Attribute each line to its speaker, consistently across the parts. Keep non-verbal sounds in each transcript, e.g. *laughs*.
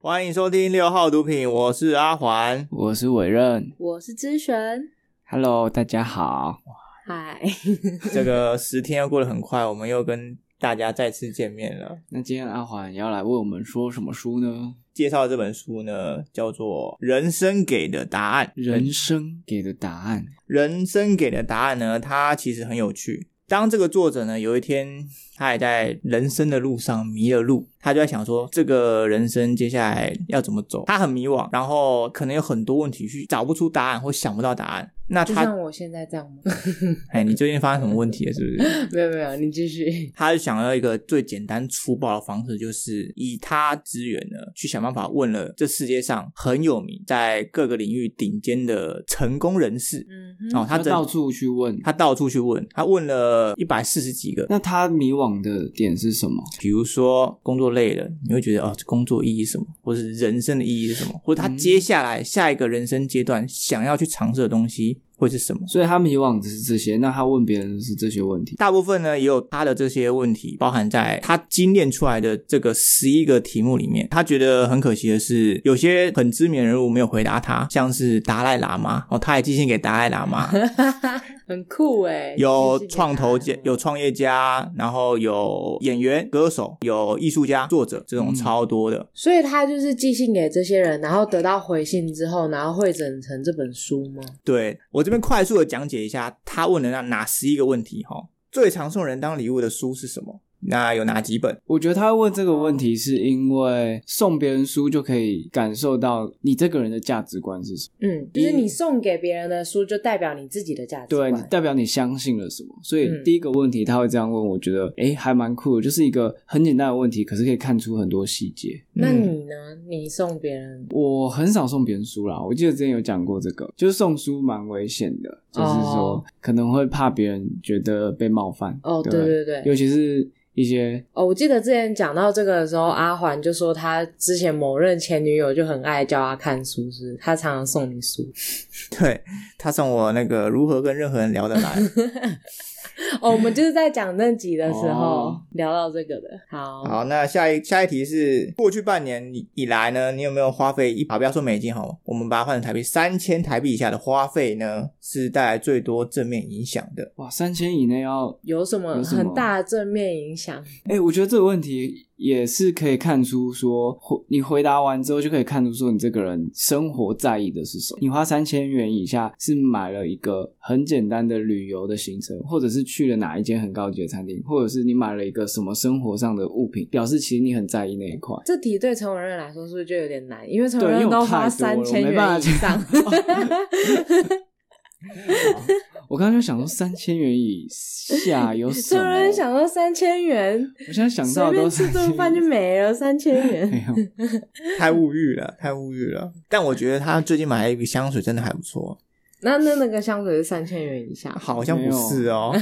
Speaker 1: 欢迎收听六号毒品，我是阿环。
Speaker 2: 我是伟任
Speaker 3: 我是知璇，
Speaker 2: ，Hello，大家好。
Speaker 3: 嗨，
Speaker 1: 这个十天又过得很快，我们又跟大家再次见面了。
Speaker 2: 那今天阿环要来为我们说什么书呢？
Speaker 1: 介绍的这本书呢，叫做《人生给的答案》。
Speaker 2: 人生给的答案，
Speaker 1: 人生给的答案呢，它其实很有趣。当这个作者呢，有一天他也在人生的路上迷了路，他就在想说，这个人生接下来要怎么走？他很迷惘，然后可能有很多问题去找不出答案，或想不到答案。那
Speaker 3: 就
Speaker 1: 他，
Speaker 3: 像我现在这样吗？
Speaker 1: 哎，你最近发生什么问题了？是不是？
Speaker 3: 没有没有，你继续。
Speaker 1: 他就想要一个最简单粗暴的方式，就是以他资源呢去想办法问了这世界上很有名，在各个领域顶尖的成功人士。
Speaker 3: 嗯
Speaker 1: 哦，
Speaker 2: 他
Speaker 1: 他整
Speaker 2: 到处去问。
Speaker 1: 他到处去问，他问了一百四十几个。
Speaker 2: 那他迷惘的点是什么？
Speaker 1: 比如说工作累了，你会觉得哦，这工作意义是什么，或是人生的意义是什么，或者他
Speaker 2: 嗯
Speaker 1: 接下来下一个人生阶段想要去尝试的东西会是什么？
Speaker 2: 所以他迷惘的是这些，那他问别人的是这些问题。
Speaker 1: 大部分呢也有他的这些问题包含在他精炼出来的这个十一个题目里面。他觉得很可惜的是，有些很知名的人物没有回答他，像是达赖喇嘛 *laughs* 哦， *laughs* 他也寄信给达赖喇嘛，
Speaker 3: 哼，很酷哎，
Speaker 1: 有
Speaker 3: 继续
Speaker 1: 创投
Speaker 3: 给
Speaker 1: 家
Speaker 3: 他，
Speaker 1: 有创业家，然后有演员、歌手，有艺术家、作者，这种
Speaker 2: 嗯
Speaker 1: 超多的。
Speaker 3: 所以他就是寄信给这些人，然后得到回信之后，然后汇整成这本书吗？
Speaker 1: 对我这边快速的讲解一下，他问了那哪十一个问题哈、最常送人当礼物的书是什么？那有哪几本？
Speaker 2: 我觉得他问这个问题是因为送别人书就可以感受到你这个人的价值观是什么，
Speaker 3: 嗯，就是你送给别人的书，就代表你自己的价值
Speaker 2: 对，
Speaker 3: 观。
Speaker 2: 你代表你相信了什么。所以
Speaker 3: 嗯
Speaker 2: 第一个问题他会这样问，我觉得诶还蛮酷的，就是一个很简单的问题，可是可以看出很多细节。
Speaker 3: 那
Speaker 1: 嗯
Speaker 3: 你呢？你送别人，
Speaker 2: 我很少送别人书啦，我记得之前有讲过这个，就是送书蛮危险的，就是说
Speaker 3: 哦
Speaker 2: 可能会怕别人觉得被冒犯。
Speaker 3: 哦，
Speaker 2: 对
Speaker 3: 对
Speaker 2: 不对
Speaker 3: 对对，
Speaker 2: 尤其是一些
Speaker 3: 哦，我记得之前讲到这个的时候，阿环就说他之前某任前女友就很爱叫他看书，是不是他常常送你书。
Speaker 1: 对他送我那个如何跟任何人聊得来，
Speaker 3: *laughs* 哦，我们就是在讲那集的时候、
Speaker 2: 哦
Speaker 3: 聊到这个的。好，
Speaker 1: 好，那下一下一题是过去半年以以来呢，你有没有花费一把不要说美金好了，我们把它换成台币，三千台币以下的花费呢，是带来最多正面影响的。
Speaker 2: 哇三千以内要，
Speaker 3: 有什么
Speaker 2: 有什么
Speaker 3: 很大的正面影响？
Speaker 2: 哎、我觉得这个问题也是可以看出说，回你回答完之后就可以看出说你这个人生活在意的是什么。你花三千元以下是买了一个很简单的旅游的行程，或者是去了哪一间很高级的餐厅，或者是你买了一个什么生活上的物品，表示其实你很在意那一块。
Speaker 3: 这题对陈伟任来说是不是就有点难？因为陈伟
Speaker 2: 对因为
Speaker 3: 任
Speaker 2: 我
Speaker 3: 都
Speaker 2: 太多
Speaker 3: 花
Speaker 2: 了
Speaker 3: 三千
Speaker 2: 我
Speaker 3: 元
Speaker 2: 没办法
Speaker 3: 以上，
Speaker 2: *laughs* 我刚刚就想说三千元以
Speaker 3: *laughs*
Speaker 2: 下有什
Speaker 3: *laughs* 陈
Speaker 2: 么？
Speaker 3: 伟任想说三千元，
Speaker 2: 我现在想
Speaker 3: 随
Speaker 2: 到
Speaker 3: 便
Speaker 2: 都
Speaker 3: 吃
Speaker 2: 是
Speaker 3: 顿饭就没了三千
Speaker 2: 没 *laughs*
Speaker 3: 元。
Speaker 2: 有。
Speaker 3: *laughs*
Speaker 1: 太物欲了，太物欲了。但我觉得他最近买了一瓶香水，真的还不错，
Speaker 3: 那那那个香水是三千元以下，
Speaker 1: 好像不是哦，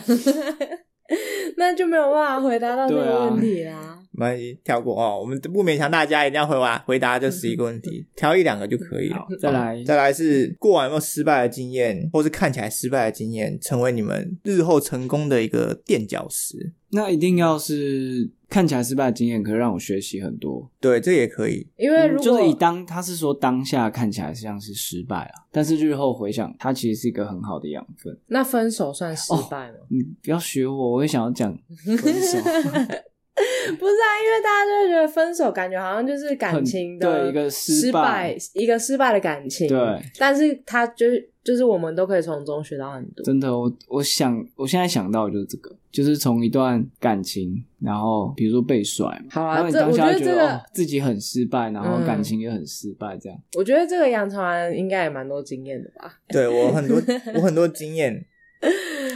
Speaker 3: 那就没有办法回答到这
Speaker 2: 对
Speaker 3: 个
Speaker 2: 啊
Speaker 3: 问题啦。
Speaker 1: *laughs* 没关系，跳过哦。我们不勉强大家一定要回答回答这十一个问题，挑一两个就可以了
Speaker 2: 好。再来
Speaker 1: 好再来是过往有没有失败的经验，或是看起来失败的经验，成为你们日后成功的一个垫脚石。
Speaker 2: 那一定要是看起来失败的经验，可以让我学习很多。
Speaker 1: 对，这也可以。
Speaker 3: 因为
Speaker 2: 嗯
Speaker 3: 如
Speaker 2: 就
Speaker 3: 果
Speaker 2: 是以当他是说当下看起来像是失败啊，但是日后回想，它其实是一个很好的养分。
Speaker 3: 那分手算失败吗？
Speaker 2: 你不要学我，我会想要讲分手，
Speaker 3: 不是啊，因为大家就会觉得分手感觉好像就是感情
Speaker 2: 很
Speaker 3: 的
Speaker 2: 对一个
Speaker 3: 失
Speaker 2: 失败
Speaker 3: 一个失败的感情。
Speaker 2: 对，
Speaker 3: 但是他就是就是我们都可以从中学到很多。
Speaker 2: 真的，我我想我现在想到的就是这个，就是从一段感情，然后比如说被甩嘛，
Speaker 3: 好
Speaker 2: 然后
Speaker 3: 啊，
Speaker 2: 你
Speaker 3: 这
Speaker 2: 当
Speaker 3: 我觉
Speaker 2: 下
Speaker 3: 得
Speaker 2: 就
Speaker 3: 这
Speaker 2: 觉得、
Speaker 3: 个，
Speaker 2: 哦自己很失败，然后
Speaker 3: 嗯
Speaker 2: 感情也很失败，这样。
Speaker 3: 我觉得这个杨传应该也蛮多经验的吧，
Speaker 1: 对我很多我很多经验，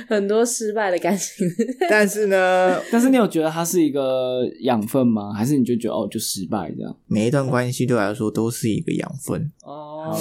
Speaker 3: 很多失败的感情。
Speaker 1: 但是呢，
Speaker 2: 但是你有觉得它是一个养分吗？还是你就觉得哦就失败这样？
Speaker 1: 每一段关
Speaker 3: 哦
Speaker 1: 系对我来说都是一个养分。
Speaker 3: 哦，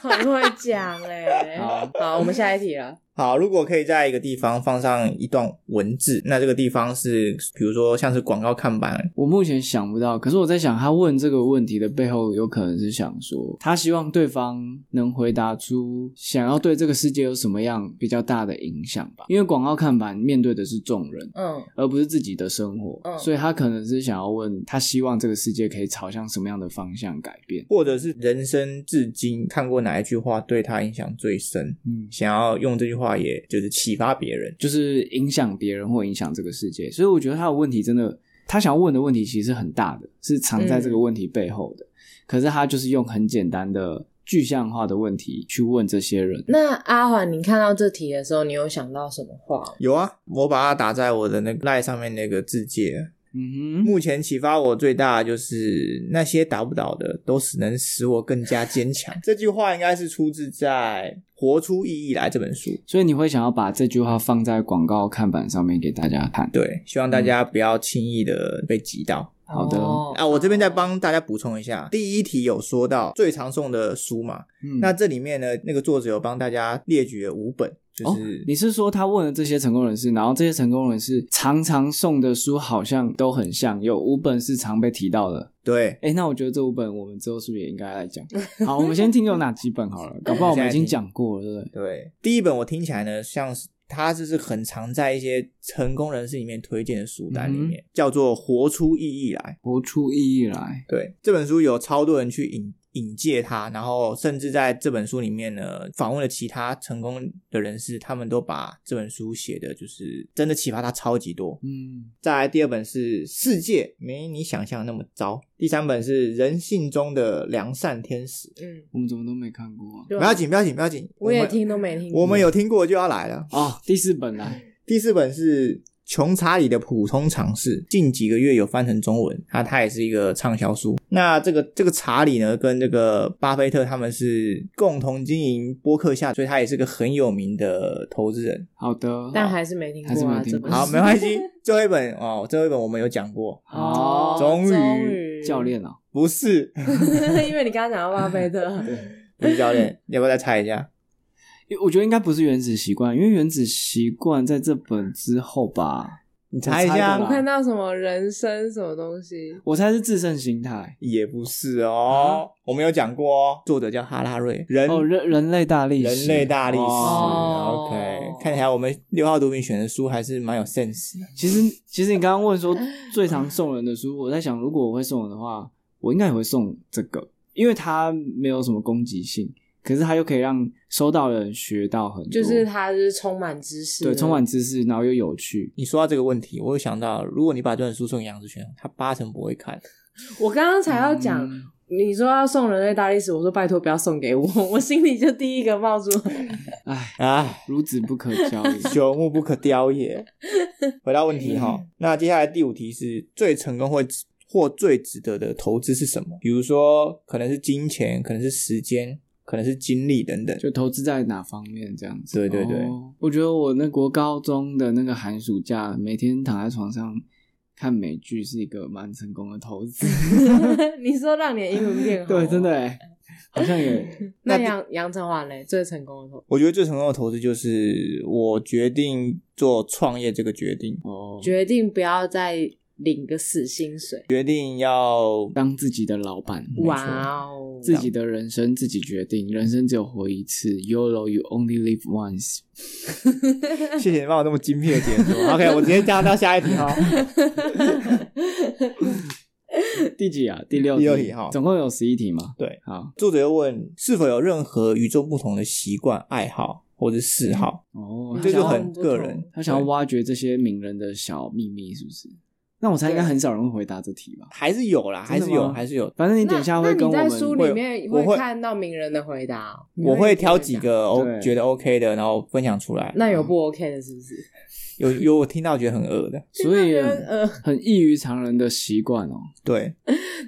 Speaker 3: 很会讲哎、哎、
Speaker 2: *laughs* 好，
Speaker 3: 好，我们下一题了。
Speaker 1: 好，如果可以在一个地方放上一段文字，那这个地方是比如说像是广告看板，
Speaker 2: 我目前想不到，可是我在想，他问这个问题的背后，有可能是想说，他希望对方能回答出想要对这个世界有什么样比较大的影响吧。因为广告看板面对的是众人，
Speaker 3: 嗯
Speaker 2: 而不是自己的生活，
Speaker 3: 嗯
Speaker 2: 所以他可能是想要问，他希望这个世界可以朝向什么样的方向改变。
Speaker 1: 或者是人生至今看过哪一句话对他影响最深，
Speaker 2: 嗯，
Speaker 1: 想要用这句话也就是启发别人。
Speaker 2: 就是影响别人或影响这个世界。所以我觉得他的问题真的，他想要问的问题其实很大的，是藏在这个问题背后的。可是他就是用很简单的具象化的问题去问这些人。
Speaker 3: 那阿环，你看到这题的时候，你有想到什么话吗？
Speaker 1: 有啊，我把它打在我的那个赖上面那个字界。啊
Speaker 2: 嗯哼，
Speaker 1: 目前启发我最大的就是那些打不倒的，都只能使我更加坚
Speaker 2: *laughs*
Speaker 1: 强。这句话应该是出自在《活出意义来》这本书。
Speaker 2: 所以你会想要把这句话放在广告看板上面给大家看。
Speaker 1: 对，希望大家不要轻易的被击倒。
Speaker 2: 好的
Speaker 3: 哦
Speaker 1: 啊，我这边再帮大家补充一下，第一题有说到最常送的书嘛，
Speaker 2: 嗯，
Speaker 1: 那这里面呢，那个作者有帮大家列举了五本，就
Speaker 2: 哦
Speaker 1: 是，
Speaker 2: 你是说他问了这些成功人士，然后这些成功人士常常送的书好像都很像，有五本是常被提到的。
Speaker 1: 对，
Speaker 2: 哎，那我觉得这五本我们之后是不是也应该来讲？好，我们先听有哪几本好了，搞不好我们已经讲过了，对不对？
Speaker 1: 对，第一本我听起来呢，像是它就是很常在一些成功人士里面推荐的书单里面，
Speaker 2: 嗯
Speaker 1: 叫做《活出意义来》。
Speaker 2: 活出意义来，
Speaker 1: 对，这本书有超多人去引引介它，然后甚至在这本书里面呢，访问了其他成功的人士，他们都把这本书写的就是真的启发他超级多。
Speaker 2: 嗯，
Speaker 1: 再来第二本是《世界没你想象那么糟》，第三本是《人性中的良善天使》。
Speaker 3: 嗯，
Speaker 2: 我们怎么都没看过啊？
Speaker 3: 对啊
Speaker 1: 不要紧，不要紧，不要紧，
Speaker 3: 我也
Speaker 1: 们
Speaker 3: 听都没听过。
Speaker 1: 我们有听过就要来了。
Speaker 2: 哦，第四本来，
Speaker 1: 第四本是《穷查理的普通常识》，近几个月有翻成中文，它它也是一个畅销书。那这个这个查理呢，跟这个巴菲特他们是共同经营播客下，所以他也是个很有名的投资人。
Speaker 2: 好的，
Speaker 3: 但还是没听
Speaker 2: 还是
Speaker 3: 过啊
Speaker 2: 没，听
Speaker 3: 这本
Speaker 2: 过
Speaker 1: 好，没关系，最后一本哦，最后一本我们有讲过，
Speaker 2: 哦
Speaker 3: *laughs* 哦，
Speaker 1: 终于
Speaker 3: 于
Speaker 2: 教，练哦，
Speaker 1: 不是
Speaker 3: *laughs* 因为你刚刚讲到巴菲特，
Speaker 2: *laughs*
Speaker 1: 不是教练，你要不要再猜一下？
Speaker 2: 因为我觉得应该不是原子习惯，因为原子习惯在这本之后吧，
Speaker 1: 你猜一
Speaker 2: 我猜
Speaker 1: 下
Speaker 2: 的
Speaker 3: 我
Speaker 2: 啦
Speaker 3: 看到什么人生什么东西，
Speaker 2: 我猜是自胜心态。
Speaker 1: 也不是哦，我们有讲过哦，作者叫哈拉瑞，人
Speaker 2: 哦，人人类大历
Speaker 1: 人
Speaker 2: 史，
Speaker 1: 类大历史、o
Speaker 3: 哦
Speaker 1: k 看起来我们六号毒品选的书还是蛮有 sense 的。
Speaker 2: 其实，其实你刚刚问说最常送人的书，我在想，如果我会送人的话，我应该也会送这个，因为它没有什么攻击性，可是它又可以让收到的人学到很多，
Speaker 3: 就是他是充满知识的，
Speaker 2: 对充满知识，然后又有趣。
Speaker 1: 你说到这个问题，我有想到，如果你把这本书送给杨志轩，他八成不会看。
Speaker 3: 我刚刚才要讲，
Speaker 2: 嗯
Speaker 3: 你说要送人类大历史，我说拜托不要送给我， *laughs* 我心里就第一个冒出来。 *laughs*
Speaker 2: 唉，
Speaker 1: 唉，
Speaker 2: 孺子不可教也。
Speaker 1: 啊朽木不可雕也。 *laughs* 回到问题
Speaker 2: 嗯
Speaker 1: 哈，那接下来第五题是最成功或或最值得的投资是什么？比如说，可能是金钱，可能是时间，可能是精力等等。
Speaker 2: 就投资在哪方面这样子？
Speaker 1: 对对对
Speaker 2: 哦我觉得我那国高中的那个寒暑假，每天躺在床上看美剧是一个蛮成功的投资。
Speaker 3: 你说让你的英文变好，
Speaker 2: 对，真的。哎，好像也
Speaker 3: 那杨杨成华嘞，最成功的投
Speaker 1: 我觉得最成功的投资就是我决定做创业这个决定，
Speaker 2: 哦，
Speaker 3: 决定不要再领个死薪水。
Speaker 1: 决定要
Speaker 2: 当自己的老板。
Speaker 3: 哇哦，
Speaker 2: 自己的人生自己决定，人生只有活一次，YOLO you only live once。 *laughs*
Speaker 1: 谢谢你帮我这么精辟的解说。OK，我直接加到下一题哈。 *laughs*
Speaker 2: 第几啊？第六
Speaker 1: 第六题哈
Speaker 2: 总共有十一题嘛？
Speaker 1: 对，
Speaker 2: 好
Speaker 1: 作者又问是否有任何与众不同的习惯、爱好或者嗜好，
Speaker 2: 哦，
Speaker 1: 这
Speaker 2: 他想
Speaker 1: 就
Speaker 2: 要
Speaker 1: 很个人。
Speaker 2: 他想要
Speaker 1: 对
Speaker 2: 挖掘这些名人的小秘密，是不是？那我猜应该很少人会回答这题吧？
Speaker 1: 还是有啦，还
Speaker 2: 真的
Speaker 1: 是
Speaker 2: 吗
Speaker 1: 有，还是有。
Speaker 2: 反正你
Speaker 3: 那
Speaker 2: 等一下会跟我
Speaker 3: 那
Speaker 2: 们
Speaker 3: 你在书里面
Speaker 1: 我会
Speaker 3: 看到名人的回答哦，你
Speaker 1: 我会挑几
Speaker 3: 回
Speaker 1: 个嗯
Speaker 2: 对
Speaker 1: O 觉得 OK 的，然后分享出来
Speaker 3: 答。。那有不 OK 的，是不是？
Speaker 1: 有有我听到觉得很恶的，
Speaker 2: 所以
Speaker 3: 呃，
Speaker 2: 很异于常人的习惯哦。
Speaker 1: 对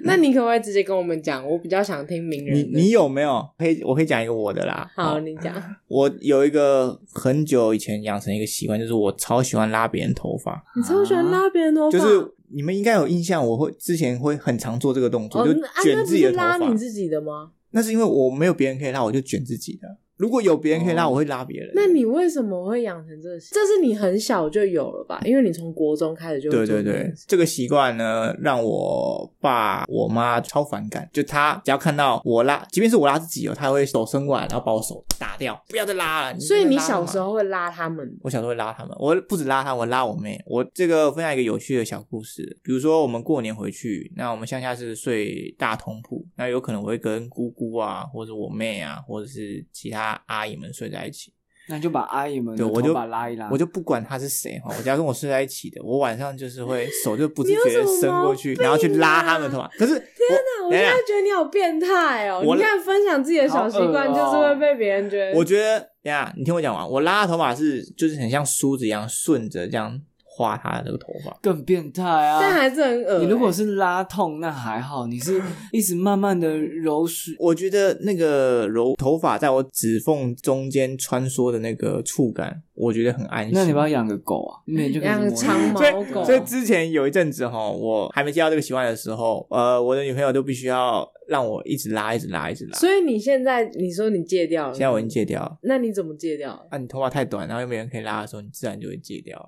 Speaker 3: 那你可不可以直接跟我们讲？我比较想听名人
Speaker 1: 你
Speaker 3: 的。
Speaker 1: 你啊有没有？可以我可以讲一个我的啦。
Speaker 3: 好，你讲。
Speaker 1: 我有一个很久以前养成一个习惯，就是我超喜欢拉别人头发，
Speaker 3: 你超喜欢拉别人头发，
Speaker 1: 就是你们应该有印象，我会之前会很常做这个动作，
Speaker 3: 哦，
Speaker 1: 就
Speaker 3: 那啊，那
Speaker 1: 卷
Speaker 3: 不
Speaker 1: 自己
Speaker 3: 是
Speaker 1: 的头发。
Speaker 3: 拉你自己的吗？
Speaker 1: 那是因为我没有别人可以拉，我就卷自己的。如果有别人可以拉，我会拉别人。
Speaker 3: 哦那你为什么会养成这个习？这是你很小就有了吧？因为你从国中开始就
Speaker 1: 对
Speaker 3: 做
Speaker 1: 对
Speaker 3: 这件
Speaker 1: 对
Speaker 3: 事，
Speaker 1: 这个习惯呢，让我爸我妈超反感。就他只要看到我拉，即便是我拉自己哦，他会手伸过来，然后把我手打掉，不要再拉了。
Speaker 3: 所以你
Speaker 1: 拉干嘛
Speaker 3: 小时候会拉他们，
Speaker 1: 我小时候会拉他们，我不止拉他，我拉我妹。我这个分享一个有趣的小故事，比如说我们过年回去，那我们乡下是睡大通铺，那有可能我会跟姑姑啊，或者我妹啊，或者是其他阿姨们睡在一起。
Speaker 2: 那就把阿姨们的
Speaker 1: 对，我
Speaker 2: 头
Speaker 1: 就
Speaker 2: 发拉一拉，
Speaker 1: 我就不管他是谁哈，我只要跟我睡在一起的，我晚上就是会手就不自
Speaker 3: 你有
Speaker 1: 觉的
Speaker 3: 什么
Speaker 1: 伸过
Speaker 3: 毛
Speaker 1: 去，
Speaker 3: 病
Speaker 1: 然后去拉他
Speaker 3: 啊
Speaker 1: 们头发。可是
Speaker 3: 天
Speaker 1: 我
Speaker 3: 哪！我
Speaker 1: 等一
Speaker 3: 现
Speaker 1: 下
Speaker 3: 在觉得你好变态哦！
Speaker 1: 我
Speaker 3: 你看分享自己的小习惯，
Speaker 2: 好恶哦
Speaker 3: 就是会被别人觉得
Speaker 1: 我觉得，等一下你听我讲完，我拉他头发是就是很像梳子一样顺着这样画他的这个头发。
Speaker 2: 更变态啊！
Speaker 3: 但还是很恶欸。
Speaker 2: 你如果是拉痛那还好，你
Speaker 3: *laughs*
Speaker 2: 是一直慢慢的揉水，
Speaker 1: 我觉得那个揉头发在我指缝中间穿梭的那个触感，我觉得很安心。
Speaker 2: 哎那你不要养个狗啊，那你就可以
Speaker 3: 嗯养个
Speaker 2: 摸它
Speaker 3: 长毛
Speaker 1: 所
Speaker 3: 猫狗
Speaker 1: 以，所以之前有一阵子哈，我还没接到这个习惯的时候，呃，我的女朋友都必须要让我一直拉，一直拉，一直拉。
Speaker 3: 所以你现在你说你戒掉了，
Speaker 1: 现在我已经戒掉了。
Speaker 3: 那你怎么戒掉了？
Speaker 1: 啊，你头发太短，然后又没人可以拉的时候，你自然就会戒掉了。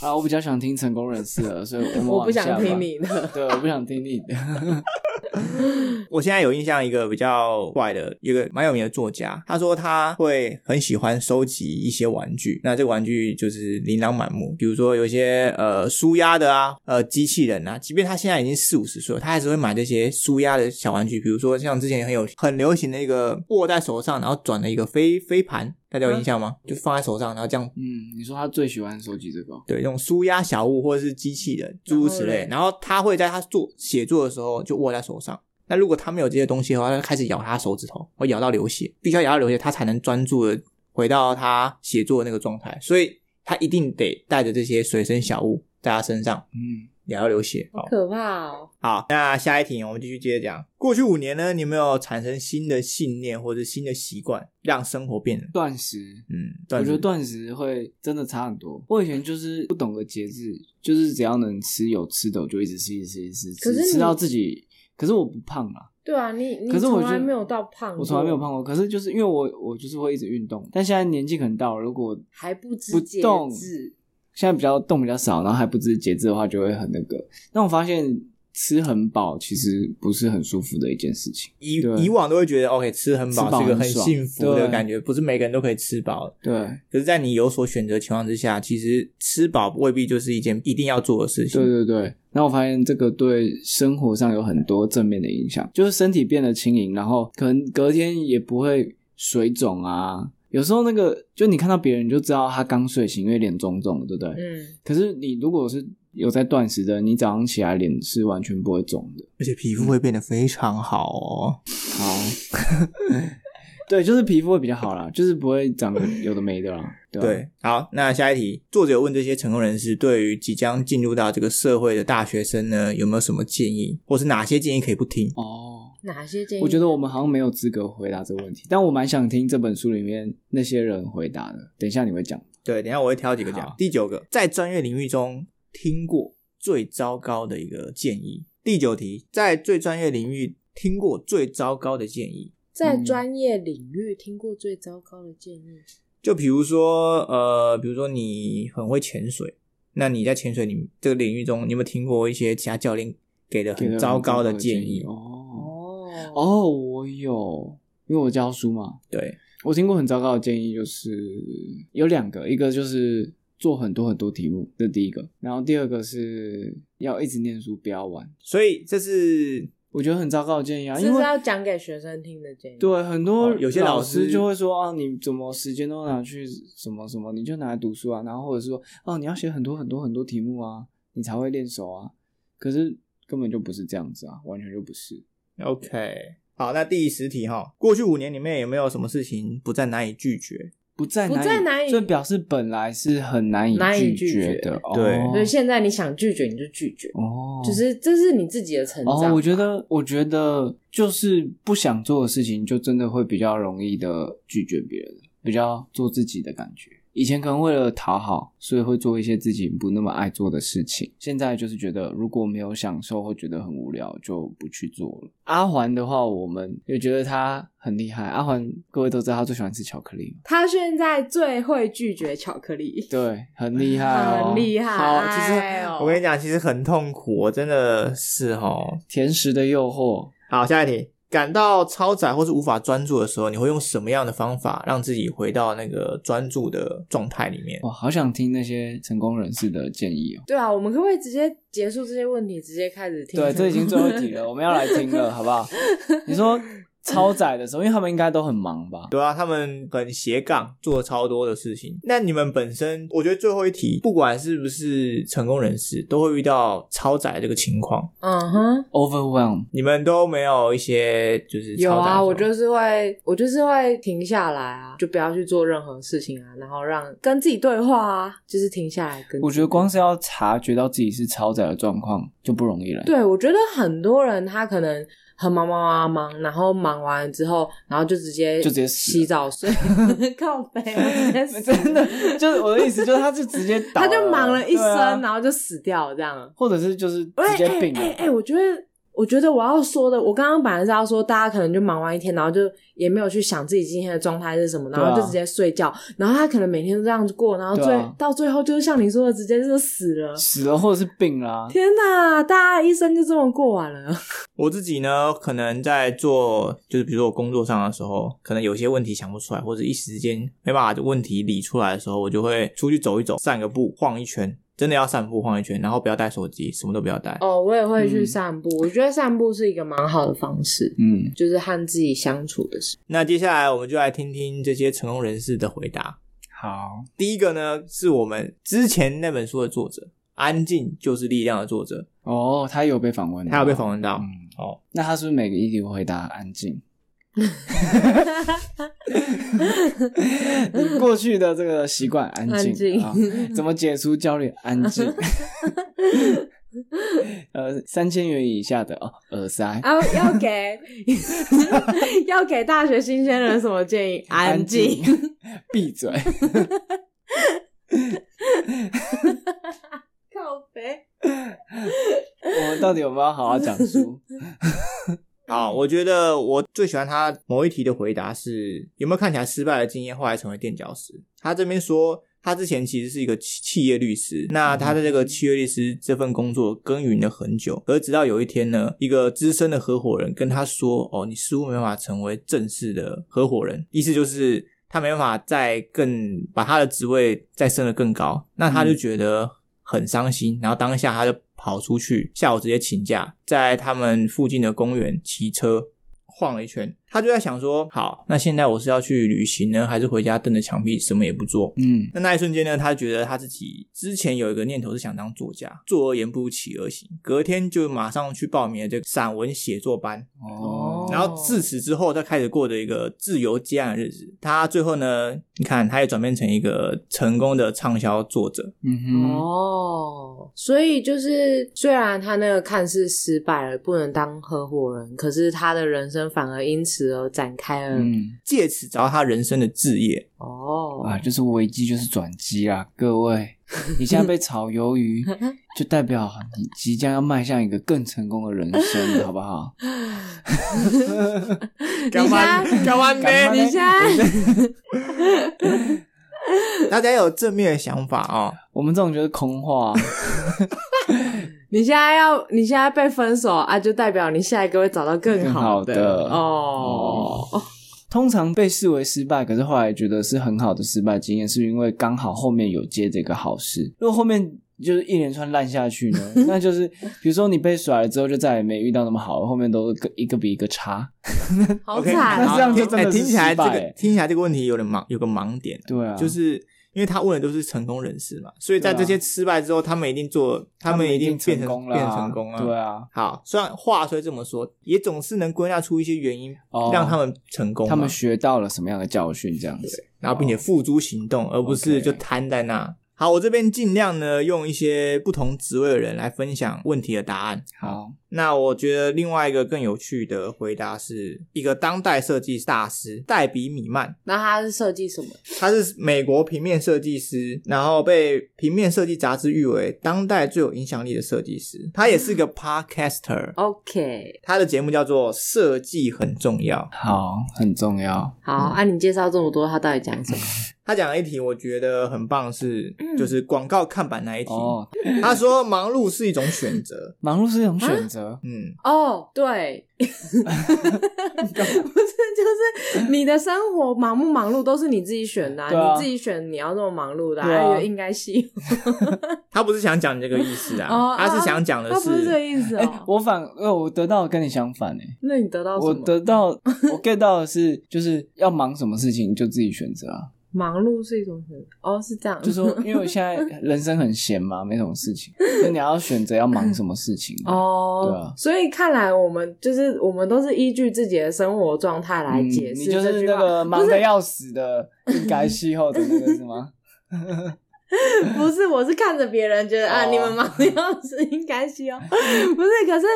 Speaker 2: 啊，我比较想听成功人士的，所以
Speaker 3: *laughs*
Speaker 2: 我们
Speaker 3: 我不
Speaker 2: 往下
Speaker 3: 想听
Speaker 2: 吧。
Speaker 3: 你的。 *laughs*
Speaker 2: 对，我不想听你 *laughs* 的。
Speaker 1: 我现在有印象一个比较怪的，一个蛮有名的作家，他说他会很喜欢收集一些玩具，那这个玩具就是琳琅满目，比如说有一些呃舒压的啊，呃机器人啊，即便他现在已经四五十岁了，他还是会买这些舒压的小玩具，比如说像之前很有很流行的一个握在手上然后转的一个飞飞盘，大家有印象吗？就放在手上，然后这样
Speaker 2: 嗯，你说他最喜欢收集这个哦，
Speaker 1: 对，用舒压小物或者是机器人，诸如此类。然后他会在他做写作的时候就握在手上。那如果他没有这些东西的话，他就开始咬他手指头，会咬到流血，必须要咬到流血，他才能专注的回到他写作的那个状态。所以他一定得带着这些随身小物在他身上，
Speaker 2: 嗯，
Speaker 1: 咬到流血。好
Speaker 3: 可怕哦！
Speaker 1: 好，那下一题我们继续接着讲。过去五年呢，你有没有产生新的信念或者新的习惯，让生活变得
Speaker 2: 断食，
Speaker 1: 嗯？断
Speaker 2: 我觉
Speaker 1: 食
Speaker 2: 得断食会真的差很多。我以前就是不懂得节制，就是只要能吃有吃的，我就一直吃，一直吃，一直吃，
Speaker 3: 可是你
Speaker 2: 吃到自己。可是我不胖啦，
Speaker 3: 对啊，你你
Speaker 2: 可是我
Speaker 3: 从
Speaker 2: 觉
Speaker 3: 来
Speaker 2: 得
Speaker 3: 没有到胖，
Speaker 2: 我从来没有胖，过。可是就是因为我我就是会一直运动，但现在年纪可能到了，如果
Speaker 3: 还不知
Speaker 2: 不
Speaker 3: 节
Speaker 2: 动
Speaker 3: 制。
Speaker 2: 现在比较动比较少，然后还不知节制的话，就会很那个。但我发现吃很饱其实不是很舒服的一件事情。
Speaker 1: 以
Speaker 2: 对
Speaker 1: 以往都会觉得 OK 吃很
Speaker 2: 吃
Speaker 1: 饱
Speaker 2: 饱
Speaker 1: 是一个
Speaker 2: 很
Speaker 1: 很
Speaker 2: 爽
Speaker 1: 幸福的
Speaker 2: 对
Speaker 1: 感觉，不是每个人都可以吃饱的。
Speaker 2: 对，
Speaker 1: 可是，在你有所选择的情况之下，其实吃饱未必就是一件一定要做的事情。
Speaker 2: 对对对。然后我发现这个对生活上有很多正面的影响，就是身体变得轻盈，然后可能隔天也不会水肿啊。有时候那个，就你看到别人就知道他刚睡醒，因为脸肿肿的，对不对？
Speaker 3: 嗯，
Speaker 2: 可是你如果是有在断食的，你早上起来脸是完全不会肿的。
Speaker 1: 而且皮肤会变得非常好哦。 *laughs*
Speaker 2: 好，对，就是皮肤会比较好啦，就是不会长得有的没的啦。对啊吧
Speaker 1: 对，好，那下一题，作者有问这些成功人士对于即将进入到这个社会的大学生呢，有没有什么建议，或是哪些建议可以不听？
Speaker 2: 哦，
Speaker 3: 哪些建议？
Speaker 2: 我觉得我们好像没有资格回答这个问题，但我蛮想听这本书里面那些人回答的。等一下你会讲，
Speaker 1: 对，等一下我会挑几个讲
Speaker 2: 好。
Speaker 1: 第九个，在专业领域中听过最糟糕的一个建议。第九题，在最专业领域听过最糟糕的建议。
Speaker 3: 在
Speaker 2: 嗯
Speaker 3: 专业领域听过最糟糕的建议，
Speaker 1: 就比如说，呃，比如说你很会潜水，那你在潜水你这个领域中，你有没有听过一些其他教练给的
Speaker 2: 给
Speaker 1: 很
Speaker 2: 了
Speaker 1: 糟糕
Speaker 2: 的
Speaker 1: 的建议？
Speaker 2: 哦
Speaker 3: 哦
Speaker 2: 哦，我有，因为我教书嘛，
Speaker 1: 对，
Speaker 2: 我听过很糟糕的建议，就是有两个，一个就是做很多很多题目，这第一个，然后第二个是要一直念书，不要玩。
Speaker 1: 所以这是
Speaker 2: 我觉得很糟糕的建议啊，
Speaker 3: 这
Speaker 2: 因
Speaker 3: 是
Speaker 2: 为
Speaker 3: 要讲给学生听的建议。，
Speaker 2: 对，啊很多、
Speaker 1: 哦有些老
Speaker 2: 老
Speaker 1: 师
Speaker 2: 就会说啊，你怎么时间都拿去什么什么，你就拿来读书啊，然后或者是说哦、你要写很多很多很多题目啊，你才会练手啊。可是根本就不是这样子啊，完全就不是。
Speaker 1: OK。好，那第十题哈，过去五年里面有没有什么事情不再难以拒绝？
Speaker 2: 不再
Speaker 3: 不
Speaker 2: 难以，
Speaker 3: 再难以
Speaker 2: 这表示本来是很难以
Speaker 3: 难以拒
Speaker 2: 绝
Speaker 3: 绝
Speaker 2: 的，
Speaker 1: 对
Speaker 2: 哦
Speaker 3: 所以现在你想拒绝你就拒绝，
Speaker 2: 哦，
Speaker 3: 就是这是你自己的成
Speaker 2: 哦，
Speaker 3: 长。
Speaker 2: 我觉得，我觉得就是不想做的事情，就真的会比较容易的拒绝别人，比较做自己的感觉。以前可能为了讨好，所以会做一些自己不那么爱做的事情。现在就是觉得如果没有享受，会觉得很无聊，就不去做了。阿环的话，我们也觉得他很厉害。阿环，各位都知道他最喜欢吃巧克力嘛，
Speaker 4: 他现在最会拒绝巧克力，
Speaker 2: 对，很厉害、哦，
Speaker 4: 很厉害。
Speaker 1: 好，其
Speaker 4: 哎
Speaker 1: 实
Speaker 4: 呦
Speaker 1: 我跟你讲，其实很痛苦，我真的是哦。
Speaker 2: 甜食的诱惑，
Speaker 1: 好，下一题。感到超载或是无法专注的时候，你会用什么样的方法让自己回到那个专注的状态里面？
Speaker 2: 哇，好想听那些成功人士的建议哦。
Speaker 3: 对啊，我们可不可以直接结束这些问题，直接开始听？
Speaker 2: 对，这已经最后一题了，我们要来听了，好不好？你说超载的时候，因为他们应该都很忙吧？
Speaker 1: 对啊，他们很斜杠，做了超多的事情。那你们本身，我觉得最后一题，不管是不是成功人士，都会遇到超载这个情况。
Speaker 3: *laughs* 嗯哼，
Speaker 2: overwhelm，
Speaker 1: 你们都没有一些就是
Speaker 3: 有
Speaker 1: 超载的时
Speaker 3: 啊，
Speaker 1: 候
Speaker 3: 我就是会，我就是会停下来啊，就不要去做任何事情啊，然后让跟自己对话啊，就是停下来跟。
Speaker 2: 我觉得光是要察觉到自己是超载的状况就不容易了。
Speaker 3: 对，我觉得很多人他可能很忙忙忙忙，然后忙完之后，然后就直接
Speaker 2: 就直接死了
Speaker 3: 洗澡睡， *laughs* 靠背，
Speaker 2: *laughs*
Speaker 3: 直接死
Speaker 2: 真的，就是我的意思，就是他就直接倒
Speaker 3: 他
Speaker 2: 了，
Speaker 3: 就忙了一生，
Speaker 2: 对啊
Speaker 3: 然后就死掉了这样。
Speaker 2: 或者是就是
Speaker 3: 喂
Speaker 2: 直接病了。
Speaker 3: 哎、哎哎我觉得。我觉得我要说的，我刚刚本来是要说，大家可能就忙完一天，然后就也没有去想自己今天的状态是什么，
Speaker 2: 对啊
Speaker 3: 然后就直接睡觉，然后他可能每天都这样子过，然后最、
Speaker 2: 对啊
Speaker 3: 到最后就是像你说的，直接就死了。
Speaker 2: 死了，或者是病啦、
Speaker 3: 天哪，大家一生就这么过完了。
Speaker 1: 我自己呢，可能在做就是比如说我工作上的时候，可能有些问题想不出来，或者一时间没办法问题理出来的时候，我就会出去走一走，散个步，晃一圈，真的要散步晃一圈，然后不要带手机，什么都不要带。
Speaker 3: 哦，我也会去
Speaker 2: 嗯
Speaker 3: 散步，我觉得散步是一个蛮好的方式，
Speaker 2: 嗯，
Speaker 3: 就是和自己相处的时候。
Speaker 1: 那接下来我们就来听听这些成功人士的回答。
Speaker 2: 好，
Speaker 1: 第一个呢，是我们之前那本书的作者，《安静就是力量》的作者，
Speaker 2: 哦，他有被访问，
Speaker 1: 他有被访。问到。
Speaker 2: 嗯
Speaker 1: 哦，
Speaker 2: 那他是不是每个议题会回答安
Speaker 3: *laughs*
Speaker 2: 静？你过去的这个习惯安
Speaker 3: 安静
Speaker 2: 静啊，怎么解除焦虑？安静。
Speaker 3: *laughs*
Speaker 2: 呃，三千元以下的哦，耳塞。
Speaker 3: 啊，要给 *laughs* 要给大学新鲜人什么建议？安静。，
Speaker 2: *laughs* 闭嘴。
Speaker 3: 靠北。
Speaker 2: 我们到底有没有好好讲
Speaker 3: *laughs*
Speaker 2: 书？
Speaker 1: 好，我觉得我最喜欢他某一题的回答是有没有看起来失败的经验，后来成为垫脚石。他这边说。他之前其实是一个企企业律师，那他在这个企业律师这份工作耕耘了很久，而直到有一天呢，一个资深的合伙人跟他说：“哦，你似乎没办法成为正式的合伙人。”意思就是他没办法再更把他的职位再升得更高，那他就觉得很伤心，然后当下他就跑出去，下午直接请假，在他们附近的公园骑车晃了一圈。他就在想说，好，那现在我是要去旅行呢，还是回家瞪着墙壁什么也不做？
Speaker 2: 嗯，
Speaker 1: 那那一瞬间呢，他觉得他自己之前有一个念头是想当作家，坐而言不如起而行，隔天就马上去报名了这个散文写作班，
Speaker 2: 哦，
Speaker 1: 然后自此之后，他开始过着一个自由接案的日子。他最后呢，你看，他也转变成一个成功的畅销作者。
Speaker 2: 嗯哼，
Speaker 3: 哦，所以就是虽然他那个看似失败了，不能当合伙人，可是他的人生反而因此而展开了。
Speaker 2: 嗯
Speaker 1: 借此找到他人生的置
Speaker 3: *laughs*
Speaker 1: 业。
Speaker 3: 哦，
Speaker 2: 啊，就是危机就是转机啦，各位，你现在被炒鱿鱼，就代表你即将要迈向一个更成功的人生了，好不好？
Speaker 3: *laughs*
Speaker 1: 干
Speaker 3: 你现在
Speaker 1: 干完
Speaker 2: 干
Speaker 1: 没？
Speaker 2: 嘛呢
Speaker 3: 你现在
Speaker 1: 大家有正面的想法哦。
Speaker 2: 我们这种就是空话，
Speaker 3: 你现在要你现在被分手啊，就代表你下一个会找到更
Speaker 2: 更
Speaker 3: 好
Speaker 2: 好的。
Speaker 3: 哦。
Speaker 2: 通常被视为失败，可是后来觉得是很好的失败经验，是因为刚好后面有接这个好事。如果后面就是一连串烂下去呢，那就是比如说你被甩了之后，就再也没遇到那么好，后面都是一个比一个差。
Speaker 3: 好
Speaker 1: OK，
Speaker 3: 惨哦啊
Speaker 2: 那
Speaker 1: 好
Speaker 2: 这样就
Speaker 1: 听
Speaker 2: 真的
Speaker 1: 哎
Speaker 2: 是
Speaker 1: 听起来
Speaker 2: 失
Speaker 1: 这
Speaker 2: 败
Speaker 1: 个
Speaker 2: 哎
Speaker 1: 听起来这个问题有点盲，有个盲点，
Speaker 2: 对啊，
Speaker 1: 就是因为他问的都是成功人士嘛，所以在
Speaker 2: 对啊
Speaker 1: 这些失败之后，他们一定做，他们
Speaker 2: 一
Speaker 1: 定变
Speaker 2: 成
Speaker 1: 成
Speaker 2: 功了啊，
Speaker 1: 变成功了。
Speaker 2: 对啊，
Speaker 1: 好，虽然话虽这么说，也总是能归纳出一些原因，
Speaker 2: 哦
Speaker 1: 让他们成功嘛。
Speaker 2: 他们学到了什么样的教训？这样子，
Speaker 1: 然后并且付诸行动，而不是
Speaker 2: 哦 OK
Speaker 1: 就瘫在那。好，我这边尽量呢用一些不同职位的人来分享问题的答案。
Speaker 2: 好，
Speaker 1: 那我觉得另外一个更有趣的回答是一个当代设计大师戴比米曼，
Speaker 3: 那他是设计什么？
Speaker 1: 他是美国平面设计师，然后被《平面设计》杂志誉为当代最有影响力的设计师。他也是个 podcaster，
Speaker 3: OK，
Speaker 1: 他的节目叫做《设计很重要》。
Speaker 2: 好，很重要。
Speaker 3: 好，按、你介绍这么多，他到底讲什么？
Speaker 1: 他讲了一题，我觉得很棒是，就是广告看板
Speaker 4: 嗯
Speaker 1: 那一题。
Speaker 2: 哦，
Speaker 1: 他说忙碌是一种选择，
Speaker 2: 忙碌是一种选择，
Speaker 1: 嗯，
Speaker 4: 哦，
Speaker 2: *laughs*
Speaker 4: 对， *laughs* 不是，就是你的生活忙不忙碌都是你自己选的啊、
Speaker 2: 对啊
Speaker 4: 你自己选你要这么忙碌的、
Speaker 2: 对啊
Speaker 4: 哎应该喜
Speaker 1: 他不是想讲这个意思啊，
Speaker 4: 哦
Speaker 1: 他是想讲的
Speaker 4: 他不是这个
Speaker 1: 是，
Speaker 4: 意思
Speaker 2: 哎、 *laughs*
Speaker 4: 哦。
Speaker 2: 我反呃，我得到跟你相反哎、
Speaker 4: 那你得到什
Speaker 2: 我
Speaker 4: 么？
Speaker 2: 得到 *laughs* 我 get 到的是，就是要忙什么事情就自己选择啊。
Speaker 4: 忙碌是一种选择哦，是这样，
Speaker 2: 就说因为我现在人生很闲嘛，没什么
Speaker 4: *laughs*
Speaker 2: 事情，那你要选择要忙什么事情啊。
Speaker 4: 哦，
Speaker 2: 对啊
Speaker 4: 所以看来我们就是我们都是依据自己的生活状态来
Speaker 2: 嗯
Speaker 4: 解释
Speaker 2: 你就
Speaker 4: 这
Speaker 2: 是
Speaker 4: 句
Speaker 2: 那
Speaker 4: 话。
Speaker 2: 个忙得要死的应该气候的那个是吗？
Speaker 4: *laughs* 不是，我是看着别人觉得、啊，
Speaker 2: 哦
Speaker 4: 你们忙的要死，应该是哦。 *laughs* 不是，可是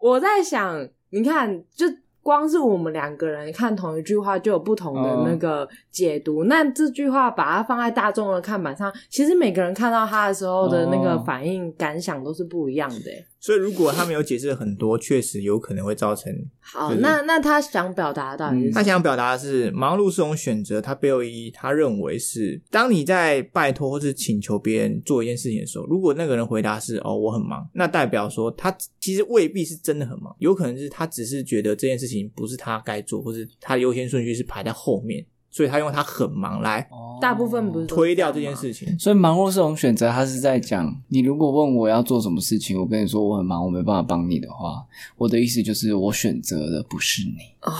Speaker 4: 我在想，你看，就光是我们两个人看同一句话，就有不同的那个解读。那这句话把它放在大众的看板上，其实每个人看到它的时候的那个
Speaker 2: 哦
Speaker 4: 反应、感想都是不一样的欸。
Speaker 1: 所以如果他没有解释很多，确实有可能会造成
Speaker 4: 好，嗯
Speaker 1: 对对
Speaker 4: 那那他想表达的到底是什
Speaker 1: 他
Speaker 4: 么？
Speaker 1: 想表达的是，忙碌是种选择，他背后意义，他认为是，当你在拜托或是请求别人做一件事情的时候，如果那个人回答是“哦，我很忙”，那代表说他其实未必是真的很忙，有可能是他只是觉得这件事情不是他该做，或是他的优先顺序是排在后面，所以他用他很忙来
Speaker 2: 哦
Speaker 4: *laughs* 大部分不是都
Speaker 1: 推掉
Speaker 4: 这
Speaker 1: 这
Speaker 4: 样
Speaker 1: 件
Speaker 4: 吗
Speaker 1: 事情。
Speaker 2: 所以忙碌是种选择，他是在讲你如果问我要做什么事情，我跟你说我很忙，我没办法帮你的话，我的意思就是我选择的不是你。
Speaker 4: 哦，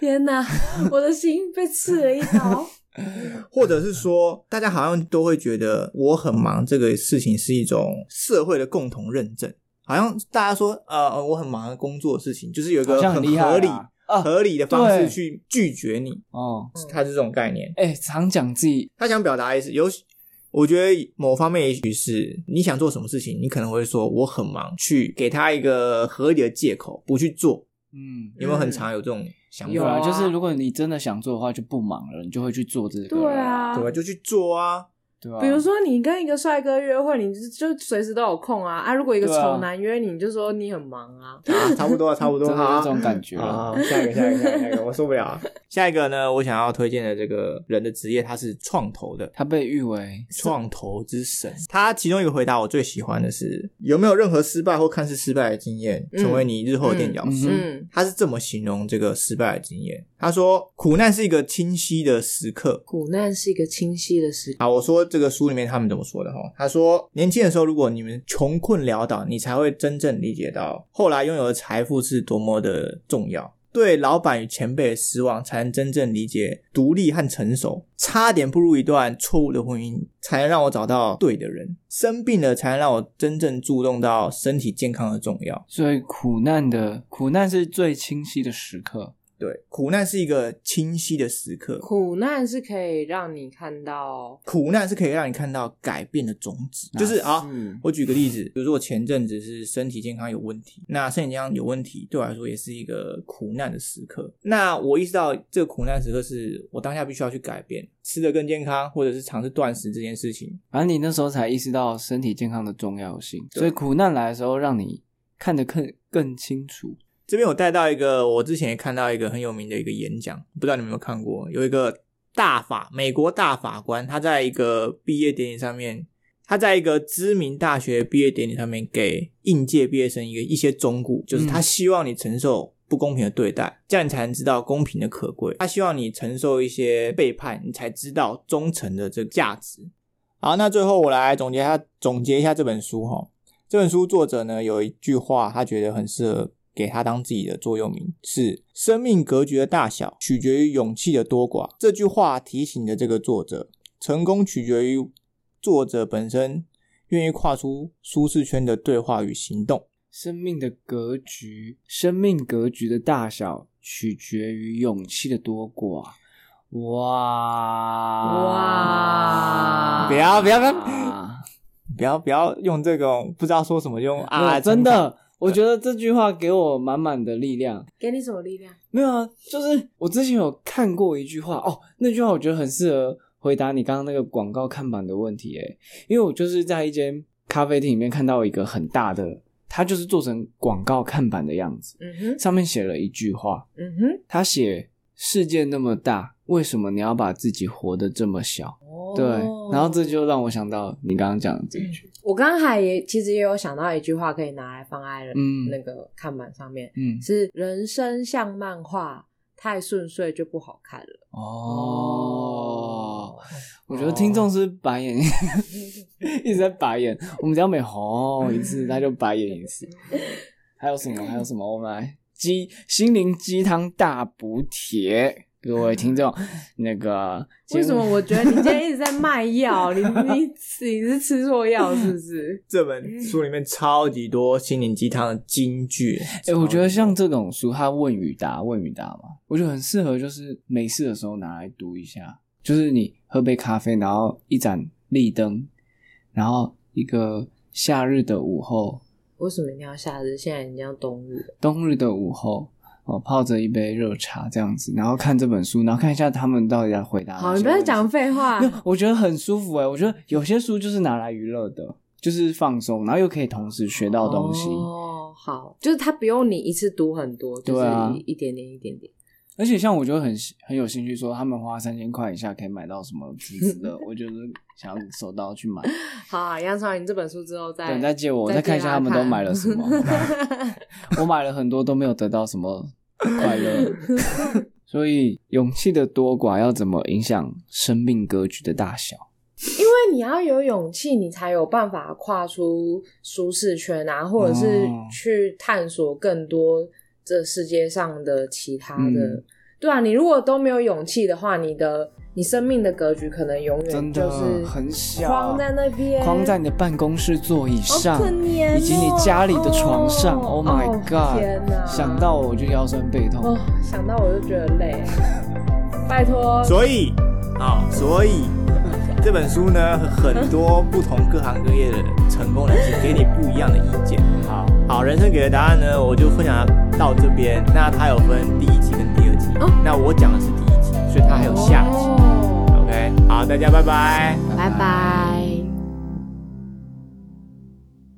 Speaker 4: 天哪，我的心被刺了一 *laughs* 刀。
Speaker 1: 或者是说，大家好像都会觉得我很忙这个事情是一种社会的共同认证，好像大家说呃呃我很忙的工作的事情，就是有一
Speaker 2: 好
Speaker 1: 个
Speaker 2: 像
Speaker 1: 很
Speaker 2: 很厉害啊
Speaker 1: 合理、
Speaker 2: 啊
Speaker 1: 合理的方式
Speaker 2: 对
Speaker 1: 去拒绝你，
Speaker 2: 哦，
Speaker 1: 他是这种概念。
Speaker 2: 哎、常讲自己
Speaker 1: 他想表达的意思有。我觉得某方面也许是你想做什么事情，你可能会说我很忙，去给他一个合理的借口不去做。
Speaker 2: 嗯。
Speaker 1: 有没有很常有这种想
Speaker 2: 对
Speaker 1: 法？
Speaker 2: 啊，
Speaker 4: 有啊
Speaker 2: 就是如果你真的想做的话，就不忙了，你就会去做这个。
Speaker 4: 对，啊，
Speaker 1: 对吧？就去做啊。
Speaker 2: 对啊。
Speaker 4: 比如，说，你跟一个帅哥约会，你就就随时都有空啊啊！如果一个
Speaker 2: 对啊
Speaker 4: 丑男约你，你就说你很忙啊。
Speaker 1: 啊，差不多了，
Speaker 2: *laughs*
Speaker 1: 差不多
Speaker 2: 真
Speaker 1: 了
Speaker 2: 的就
Speaker 1: 啊
Speaker 2: 这种感觉了。
Speaker 1: 好，下一个，下一个，下一个下一个，我受不了啊。 *laughs* 下一个呢，我想要推荐的这个人的职业，他是创投的。
Speaker 2: 他被誉为
Speaker 1: 创投之神，他其中一个回答我最喜欢的是：有没有任何失败或看似失败的经验，
Speaker 4: 嗯
Speaker 1: 成为你日后的垫脚石？
Speaker 2: 嗯
Speaker 4: 嗯，
Speaker 1: 他是这么形容这个失败的经验。他说：“苦难是一个清晰的时刻，
Speaker 3: 苦难是一个清晰的时
Speaker 1: 啊，我说这个书里面他们怎么说的哈？他说，年轻的时候，如果你们穷困潦倒，你才会真正理解到后来拥有的财富是多么的重要。对老板与前辈的失望，才能真正理解独立和成熟。差点步入一段错误的婚姻，才能让我找到对的人。生病了，才能让我真正注重到身体健康的重要。
Speaker 2: 最苦难的苦难是最清晰的时刻。
Speaker 1: 对，苦难是一个清晰的时刻，
Speaker 4: 苦难是可以让你看到，
Speaker 1: 苦难是可以让你看到改变的种子，就是啊。
Speaker 2: 嗯，
Speaker 1: 我举个例子，比如说我前阵子是身体健康有问题，那身体健康有问题对我来说也是一个苦难的时刻。那我意识到这个苦难时刻是我当下必须要去改变，吃得更健康，或者是尝试断食这件事情。
Speaker 2: 反正你那时候才意识到身体健康的重要性，所以苦难来的时候，让你看得更更清楚。
Speaker 1: 这边我带到一个，我之前也看到一个很有名的一个演讲，不知道你们有没有看过？有一个大法，美国大法官，他在一个毕业典礼上面，他在一个知名大学毕业典礼上面给应届毕业生一个一些忠告，就是他希望你承受不公平的对待，这样你才能知道公平的可贵。他希望你承受一些背叛，你才知道忠诚的这个价值。好，那最后我来总结一下，总结一下这本书哈。这本书作者呢有一句话，他觉得很适合给他当自己的座右铭，是“生命格局的大小取决于勇气的多寡”。这句话提醒着这个作者，成功取决于作者本身愿意跨出舒适圈的对话与行动。
Speaker 2: 生命的格局，生命格局的大小取决于勇气的多寡。哇
Speaker 1: 不要不要不要不要不要用这种不知道说什么用啊，
Speaker 2: 啊！真的，我觉得这句话给我满满的力量。
Speaker 3: 给你什么力量？
Speaker 2: 没有啊，就是我之前有看过一句话哦，那句话我觉得很适合回答你刚刚那个广告看板的问题诶，因为我就是在一间咖啡厅里面看到一个很大的，它就是做成广告看板的样子，
Speaker 3: 嗯哼，
Speaker 2: 上面写了一句话，
Speaker 3: 嗯哼，
Speaker 2: 它写世界那么大，为什么你要把自己活得这么小？
Speaker 3: 哦
Speaker 2: 对，然后这就让我想到你刚刚讲的这句，
Speaker 3: 我刚才也其实也有想到一句话可以拿来放在
Speaker 2: 嗯
Speaker 3: 那个看板上面，
Speaker 2: 嗯，
Speaker 3: 是人生像漫画，太顺遂就不好看了。
Speaker 2: 哦。我觉得听众是白眼， *laughs* 一直在白眼。我们只要每吼一次，他就白眼一
Speaker 3: *laughs*
Speaker 2: 次。还有什么？还有什么？我们来鸡心灵鸡汤大补帖，各位听
Speaker 3: *laughs*
Speaker 2: 众，那个
Speaker 3: 为什么？我觉得你今天一直在卖药？你你你是吃错药是不是？
Speaker 1: 这本书里面超级多心灵鸡汤的金句。
Speaker 2: 哎、我觉得像这种书，它问与答，问与答嘛，我觉得很适合，就是没事的时候拿来读一下。就是你喝杯咖啡，然后一盏立灯，然后一个夏日的午后，
Speaker 3: 为什么一定要夏日？现在已经要冬日了，
Speaker 2: 冬日的午后，哦，泡着一杯热茶这样子，然后看这本书，然后看一下他们到底在回答哪些
Speaker 3: 好，
Speaker 2: 问
Speaker 3: 你
Speaker 2: 题。
Speaker 3: 不要讲废
Speaker 2: *laughs*
Speaker 3: 话
Speaker 2: 没。有，我觉得很舒服哎、我觉得有些书就是拿来娱乐的，就是放松，然后又可以同时学到东西，
Speaker 3: 哦，好，就是它不用你一次读很多，就
Speaker 2: 对
Speaker 3: 是
Speaker 2: 啊
Speaker 3: 一点点一点点。
Speaker 2: 而且像我就很很有兴趣说，他们花三千块以下可以买到什么之类
Speaker 3: *laughs*
Speaker 2: 的，我就是想要手刀去买。
Speaker 3: 好啊，杨超，你这本书之后再
Speaker 2: 对，再借我，我
Speaker 3: 再
Speaker 2: 再看一
Speaker 3: 借
Speaker 2: 下
Speaker 3: 他
Speaker 2: 他们都
Speaker 3: 看
Speaker 2: 买了什么。我买了很多都没有得到什么快乐， *laughs* 所以勇气的多寡要怎么影响生命格局的大小？
Speaker 3: *laughs* 因为你要有勇气，你才有办法跨出舒适圈啊，或者是
Speaker 2: 哦
Speaker 3: 去探索更多这世界上的其他的。
Speaker 2: 嗯
Speaker 3: 对啊，你如果都没有勇气的话，你的你生命的格局可能永
Speaker 2: 真
Speaker 3: 远
Speaker 2: 的
Speaker 3: 就是
Speaker 2: 很小啊
Speaker 3: 框在那边，
Speaker 2: 框在你的办公室座椅上
Speaker 3: 好可，怜哦
Speaker 2: 以及你家里的床上。
Speaker 3: 哦
Speaker 2: oh my
Speaker 3: 哦
Speaker 2: god！、
Speaker 3: 天哪
Speaker 2: 想到我就腰酸背痛。
Speaker 3: 哦，想到我就觉得累。拜托，
Speaker 1: 所以，啊、所以这本书呢，很多不同各行各业的成功人士给你不一样的意见。
Speaker 2: 好，
Speaker 1: 好，人生给的答案呢，我就分享到这边。那它有分第一集跟第二集，
Speaker 3: 哦
Speaker 1: 那我讲的是第一集，所以它还有下集。
Speaker 3: 哦
Speaker 1: OK，好，大家拜拜。
Speaker 3: 拜拜。